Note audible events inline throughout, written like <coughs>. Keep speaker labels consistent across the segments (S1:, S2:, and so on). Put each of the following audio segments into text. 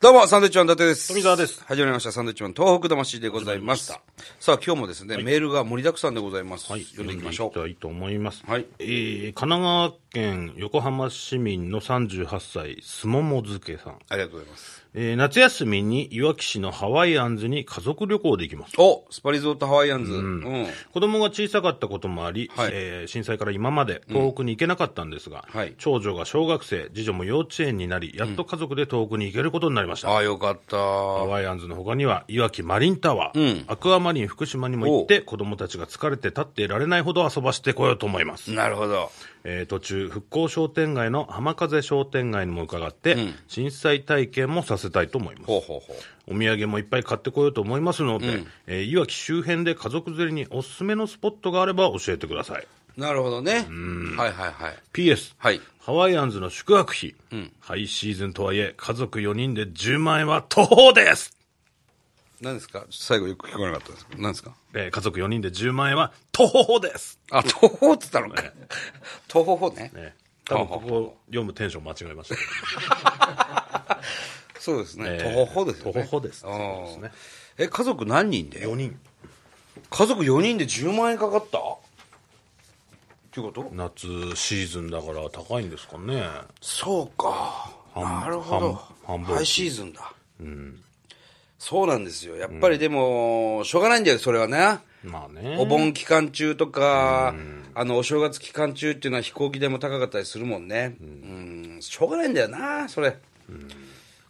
S1: どうも、サンドウィッチマン伊達です。
S2: 富澤です
S1: 始まりました、サンドウィッチマン東北魂でございます。さあ、今日もですね、メールが盛りだくさんでございます。
S2: はい、
S1: 読んでいきましょう。
S2: 読んでいきたいと思います。
S1: はい
S2: えー神奈川県横浜市民の38歳、すもも漬けさん。
S1: ありがとうございます。
S2: えー夏休みにいわき市のハワイアンズに家族旅行で行きます。
S1: おスパリゾートハワイアンズ。うん。
S2: 子供が小さかったこともあり、
S1: はい
S2: えー震災から今まで東北に行けなかったんですが、
S1: はい
S2: 長女が小学生、次女も幼稚園になり、やっと家族で東北に行けることになりました。
S1: ああ、よかった。
S2: ハワイアンズの他には、いわきマリンタワー、アクアマリン福島にも行って、子供たちが疲れて立っていられないほど遊ばしてこようと思います。
S1: なるほど。
S2: えー途中、復興商店街の浜風商店街にも伺って、震災体験もさせたいと思います。
S1: ほうほうほ
S2: お土産もいっぱい買ってこようと思いますので、えーいわき周辺で家族連れにおすすめのスポットがあれば教えてください。
S1: う。なるほどね。はいはいはい。
S2: PS、
S1: はい。
S2: ハワイアンズの宿泊費、ハイシーズンとはいえ、家族4人で10万円は途方です
S1: 何ですかちょっと最後よく聞こえなかったですけど。何ですか
S2: えー家族4人で10万円は途方です、
S1: あ、東方って言ったのか。東方ね。
S2: ね、多分ここ読むテンション間違えましたけ
S1: そうですね。
S2: ど、
S1: 東方ですよね。
S2: 途方です。
S1: あ
S2: そう
S1: ー
S2: ですね。
S1: え、家族何人で
S2: 4人。
S1: 家族4人で10万円かかったっていうこと
S2: 夏シーズンだから高いんですかね。
S1: そうか。
S2: ん
S1: なるほど
S2: 半半。分
S1: ハイシーズンだ。そうなんですよ。やっぱりでも、しょうがないんだよ、それはね。
S2: まあね。
S1: お盆期間中とか、あの、お正月期間中っていうのは飛行機代も高かったりするもんね。うん、しょうがないんだよな、それ。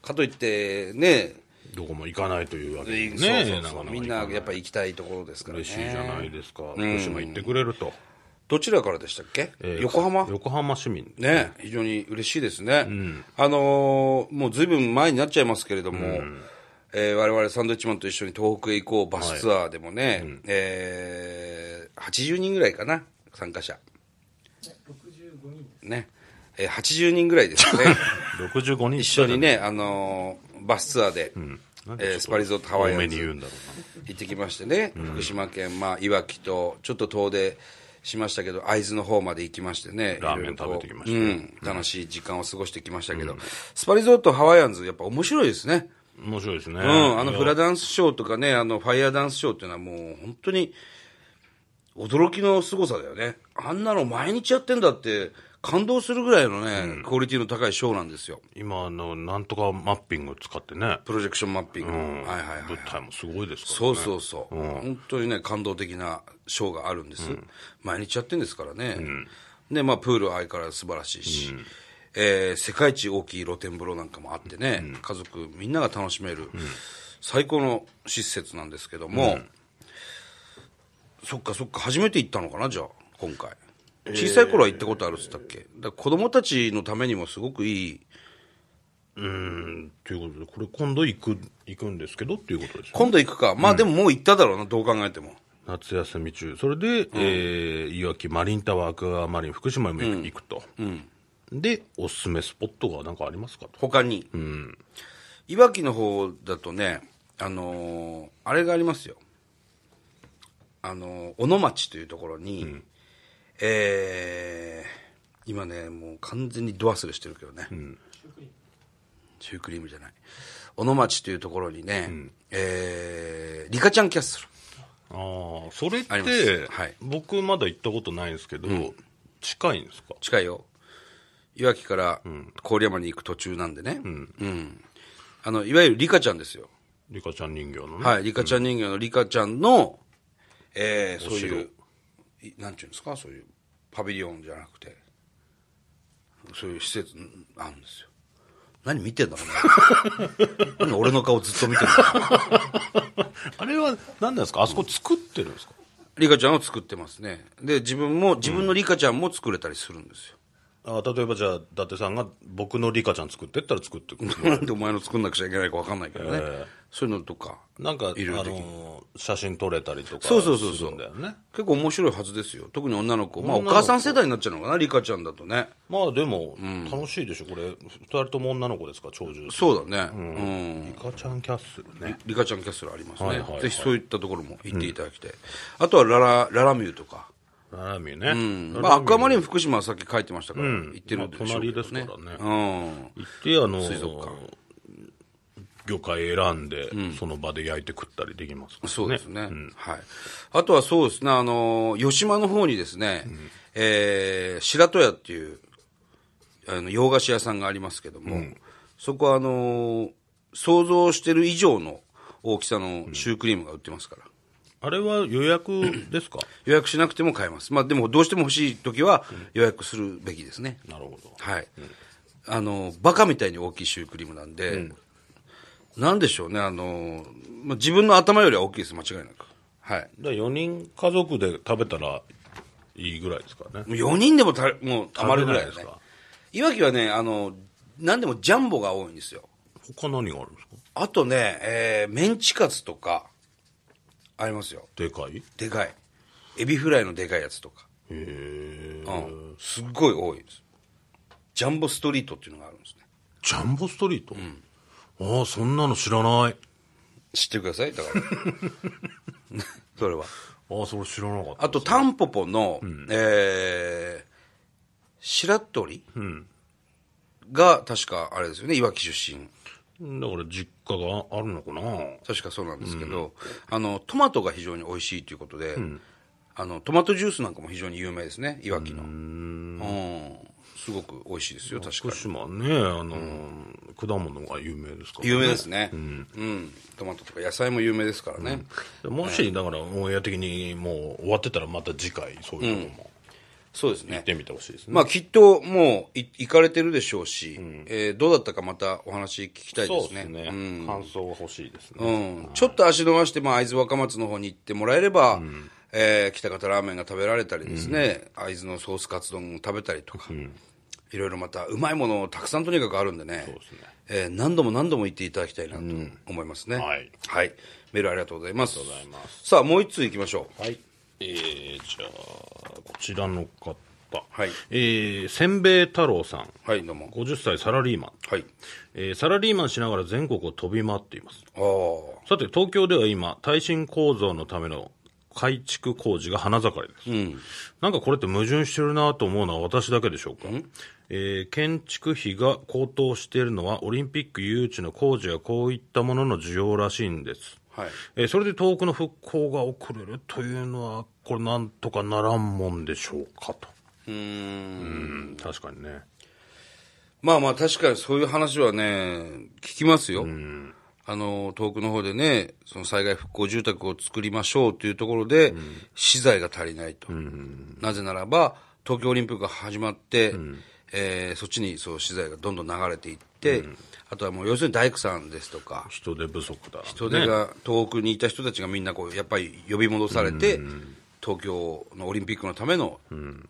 S1: かといって、ね、
S2: どこも行かないというわけで
S1: そ
S2: も
S1: う
S2: ね。
S1: そう
S2: な
S1: そ
S2: か
S1: う
S2: なか
S1: み
S2: 行
S1: ん
S2: か
S1: な
S2: な
S1: やっぱ行きたいところですからね。
S2: 嬉しいじゃないですか。福島行ってくれると。
S1: どちらからでしたっけ、
S2: えー
S1: 横浜
S2: 横浜市民。
S1: ね、非常に嬉しいですね。あのーもうずいぶん前になっちゃいますけれども、えー我々サンドウィッチマンと一緒に東北へ行こうバスツアーでもね、えー80人ぐらいかな、参加者。ね、えー80人ぐらいです
S2: <laughs>
S1: ね。
S2: 65人一
S1: 一緒に。ね、あのーバスツアーで、
S2: なんでち
S1: え
S2: ょっ
S1: ー
S2: と
S1: スパリゾートハワイア
S2: 多め
S1: ン
S2: に
S1: ズ
S2: 言うんだろ
S1: 行ってきましてね、福島県、まあ、いわきと、ちょっと遠出しましたけど、会津の方まで行きましてね、
S2: ラーメン
S1: いろいろこう
S2: 食べてきましたね
S1: うん、楽しい時間を過ごしてきましたけど、スパリゾートハワイアンズ、やっぱ面白いですね。
S2: うな。面白いですね。
S1: うん、あの
S2: いや
S1: フラダンスショーとかね、あのファイヤーダンスショーっていうのはもう本当に驚きの凄さだよね。あんなの毎日やってんだって感動するぐらいのね、クオリティの高いショーなんですよ。
S2: 今あの、なんとかマッピング使ってね。
S1: プロジェクションマッピング。
S2: うん
S1: はいはいはい
S2: 舞。台もすごいですから。
S1: そうそうそう、本当にね、感動的なショーがあるんです、毎日やってんですからね、で、まあ、プールは相変わらず素晴らしいし、えー世界一大きい露天風呂なんかもあってね、家族みんなが楽しめる、最高の施設なんですけども、そっかそっか、初めて行ったのかな、じゃあ、今回。小さい頃は行ったことあるっつったっけ、だから子供たちのためにもすごくいい、
S2: うん。ということで、これ今度行く、行くんですけどっていうことですね。
S1: 今度行くか、まあでももう行っただろうな、どう考えても。
S2: 夏休み中、それで、えーいわきマリンタワー、アクアマリン、福島にも行く,、と、で、おすすめスポットがなんかありますかと。
S1: 他に、いわきの方だとねあのーあれがありますよあのー小野町というところに、えー今ねもう完全にド忘れしてるけどね、シュークリームじゃない小野町というところにね、えーリカちゃんキャッスル
S2: ああ、それっ
S1: あります
S2: て、
S1: はい
S2: 僕まだ行ったことないんですけど、近いんですか
S1: 近いよいわきから郡山に行く途中なんでね、うんあのいわゆるリカちゃんですよ
S2: リカちゃん人形のね。
S1: はい、リカちゃん人形のリカちゃんの、えーそういう、いなんていうんですか、そういうパビリオンじゃなくて、そういう施設んあるんですよ。何見てんだろう
S2: <laughs>
S1: な。何俺の顔ずっと見てるんだろう
S2: あれは何なんですかあそこ作ってるんですか、
S1: リカちゃんを作ってますね。で、自分も、自分のリカちゃんも作れたりするんですよ。
S2: あー例えばじゃあ、伊達さんが僕のリカちゃん作ってったら作ってくる。
S1: なんでお前の作んなくちゃいけないか分かんないけどね。そういうのとか。
S2: なんか、あの
S1: いろいろできる
S2: ー写真撮れたりとかす
S1: そうそうそうそう
S2: るんだよね。
S1: 結構面白いはずですよ。特に女の子。まあ、お
S2: 女の子
S1: 母さん世代になっちゃうのかな、リカちゃんだとね。
S2: まあでも、楽しいでしょ、これ、二人とも女の子ですか、長寿。
S1: そうだね。うん
S2: リカちゃんキャッスルね。
S1: リカちゃんキャッスルありますね、
S2: はいはいはい
S1: ぜひそういったところも行っていただきたい、あとはララララミューとか、
S2: ララミね。
S1: うんまあ、アクアマリン福島はさっき書いてましたから、行ってるでしょうけど、ね
S2: まあ隣ですからね
S1: うん、
S2: 行って、あの、
S1: 水族館
S2: 魚介選んで、その場で焼いて食ったりできますからね。
S1: そうですね。はい。あとはそうですね、あの、吉間の方にですね、えー白戸屋っていう、あの、洋菓子屋さんがありますけども、そこはあの、想像してる以上の大きさのシュークリームが売ってますから。
S2: あれは予約で
S1: <coughs>
S2: すか
S1: 予約しなくても買えます。まあでもどうしても欲しい時は予約するべきですね。
S2: なるほど。
S1: はい。あの、バカみたいに大きいシュークリームなんで、なんでしょうね、あの、まあ、自分の頭よりは大きいです、間違いなく。はい。
S2: だ4人家族で食べたらいいぐらいですかね。
S1: もう4人でもたもうたまるぐらいです
S2: 食
S1: ね
S2: べれないですか。
S1: いわきはね、あの、なんでもジャンボが多いんですよ。
S2: 他何があるんですか
S1: あとね、えーメンチカツとか、ありますよ。
S2: でかい
S1: でかい。エビフライのでかいやつとか。
S2: へえ。
S1: うん。すっごい多いです。ジャンボストリートっていうのがあるんですね。
S2: ジャンボストリート、ああ、そんなの知らない。
S1: 知ってください、だから。 <laughs> それは。
S2: ああ、それ知らなかった。
S1: あと、タンポポの、えー、白鳥、が、確か、あれですよね、いわき出身。
S2: だから実家があるのかな
S1: 確かそうなんですけど、あの、トマトが非常に美味しいということで、あの、トマトジュースなんかも非常に有名ですね、いわきの。うん。すごく美味しいですよ、確か
S2: 福
S1: に。
S2: 島ね、あのー果物が有名ですから、ね。
S1: 有名ですね。うん。トマトとか野菜も有名ですからね。
S2: もし、だから、オンエア的にもう終わってたら、また次回、そういうのも
S1: そうです
S2: 行っ
S1: ね。
S2: てみてほしいですね。
S1: まあ、きっと、もうい、行かれてるでしょうし、えーどうだったかまたお話聞きたい
S2: そう
S1: です
S2: で
S1: ね。
S2: すね。
S1: うん
S2: 感想が欲しいですね。
S1: うん、ちょっと足伸ばして、まあ、会津若松の方に行ってもらえれば、えー喜多方ラーメンが食べられたりですね、会津のソースカツ丼を食べたりとか、いろいろまた、うまいものたくさんとにかくあるんでね、
S2: ですね
S1: えー何度も何度も行っていただきたいなと思いますね。
S2: はい
S1: はい。メールありがとうございます。
S2: ありがとうございま
S1: さあ、もう一通行きましょう。
S2: はい。えー、じゃあ、こちらの方。
S1: はい
S2: えー、せんべい太郎さん。
S1: はい、どうも。
S2: 50歳サラリーマン。
S1: はい。
S2: えーサラリーマンしながら全国を飛び回っています。
S1: ああ、
S2: さて、東京では今、耐震構造のための改築工事が花盛りです。なんかこれって矛盾してるなと思うのは私だけでしょうか、えー建築費が高騰しているのは、オリンピック誘致の工事やこういったものの需要らしいんです。
S1: はい。
S2: えーそれで東北の復興が遅れるというのは、これなんとかならんもんでしょうかと。
S1: うーん。
S2: うん、確かにね。
S1: まあまあ確かにそういう話はね、聞きますよ。あの、遠くの方でね、その災害復興住宅を作りましょうというところで、資材が足りないと。なぜならば、東京オリンピックが始まって、えーそっちにそう資材がどんどん流れていって、あとはもう要するに大工さんですとか、
S2: 人手不足だ。
S1: 人手が、東北にいた人たちがみんなこう、やっぱり呼び戻されて、東京のオリンピックのための、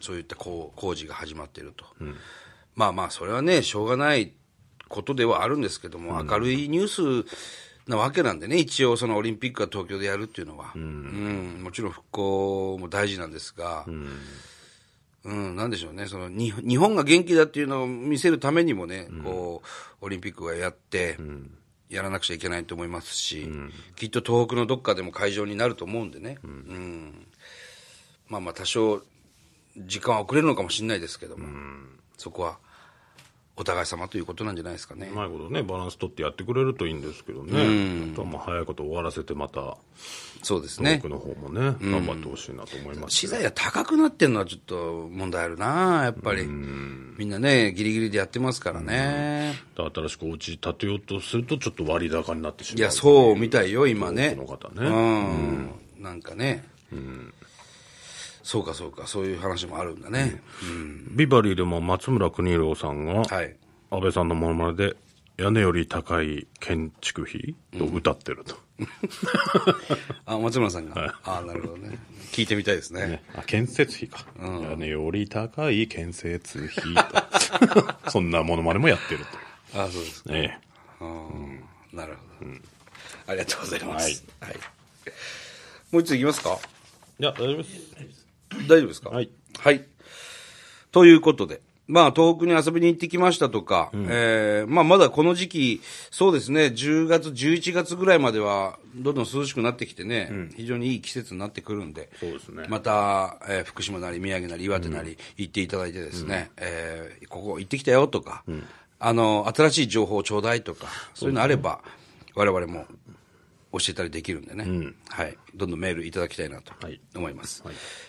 S1: そういったこう工事が始まっていると。まあまあ、それはね、しょうがないことではあるんですけども、明るいニュースなわけなんでね、一応そのオリンピックが東京でやるっていうのは、うんもちろん復興も大事なんですが、うん、なんでしょうね、そのに日本が元気だっていうのを見せるためにもね、こうオリンピックはやって、やらなくちゃいけないと思いますし、きっと東北のどっかでも会場になると思うんでね、うんまあまあ、多少、時間は遅れるのかもしれないですけども、そこはお互い様ということなんじゃないですかね
S2: う。まいことね、バランス取ってやってくれるといいんですけどね、あとはまあ早いこと終わらせて、また、
S1: そうですね
S2: 僕の方もね、頑張ってほしいなと思います
S1: 資材が高くなってるのはちょっと問題あるな、やっぱり。みんなね、ギリギリでやってますからね。
S2: 新しくお家建てようとすると、ちょっと割高になってしまう。
S1: いや、そうみたいよ、今ね。
S2: 多くの方
S1: う
S2: ね。
S1: ん。なんかね。そうか、そうか、そういう話もあるんだね。
S2: ビバリーでも松村邦洋さんが、
S1: はい。
S2: 安倍さんのモノマネで、屋根より高い建築費と歌ってると。
S1: あ、松村さんが。あなるほどね。 <laughs> 聞いてみたいですね。
S2: あ、建設費か。屋根より高い建設費 <laughs> と。そんなモノマネもやってる
S1: あそうです
S2: と。ええ。
S1: うんなるほど。ありがとうございます。はい。もう一ついきますか
S2: いや、大丈夫です。
S1: 大丈夫ですか
S2: はい。
S1: はい。ということで。まあ、東北に遊びに行ってきましたとか、えーまあ、まだこの時期、そうですね、10月、11月ぐらいまでは、どんどん涼しくなってきてね、非常にいい季節になってくるんで、
S2: そうですね
S1: また、えー福島なり、宮城なり、岩手なり、行っていただいてですね、えーここ行ってきたよとか、あの、新しい情報をちょうだいとか、そういうのあれば、我々も教えたりできるんでね、はい、どんどんメールいただきたいなと
S2: はい
S1: 思います、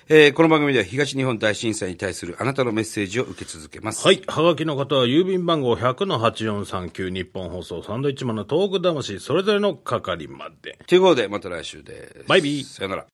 S1: えーこの番組では東日本大震災に対するあなたのメッセージを受け続けます、
S2: はい。はがきの方は郵便番号100-8439日本放送サンドイッチマンのトーク魂それぞれの係まで。
S1: ということでまた来週です
S2: バイビー
S1: さよなら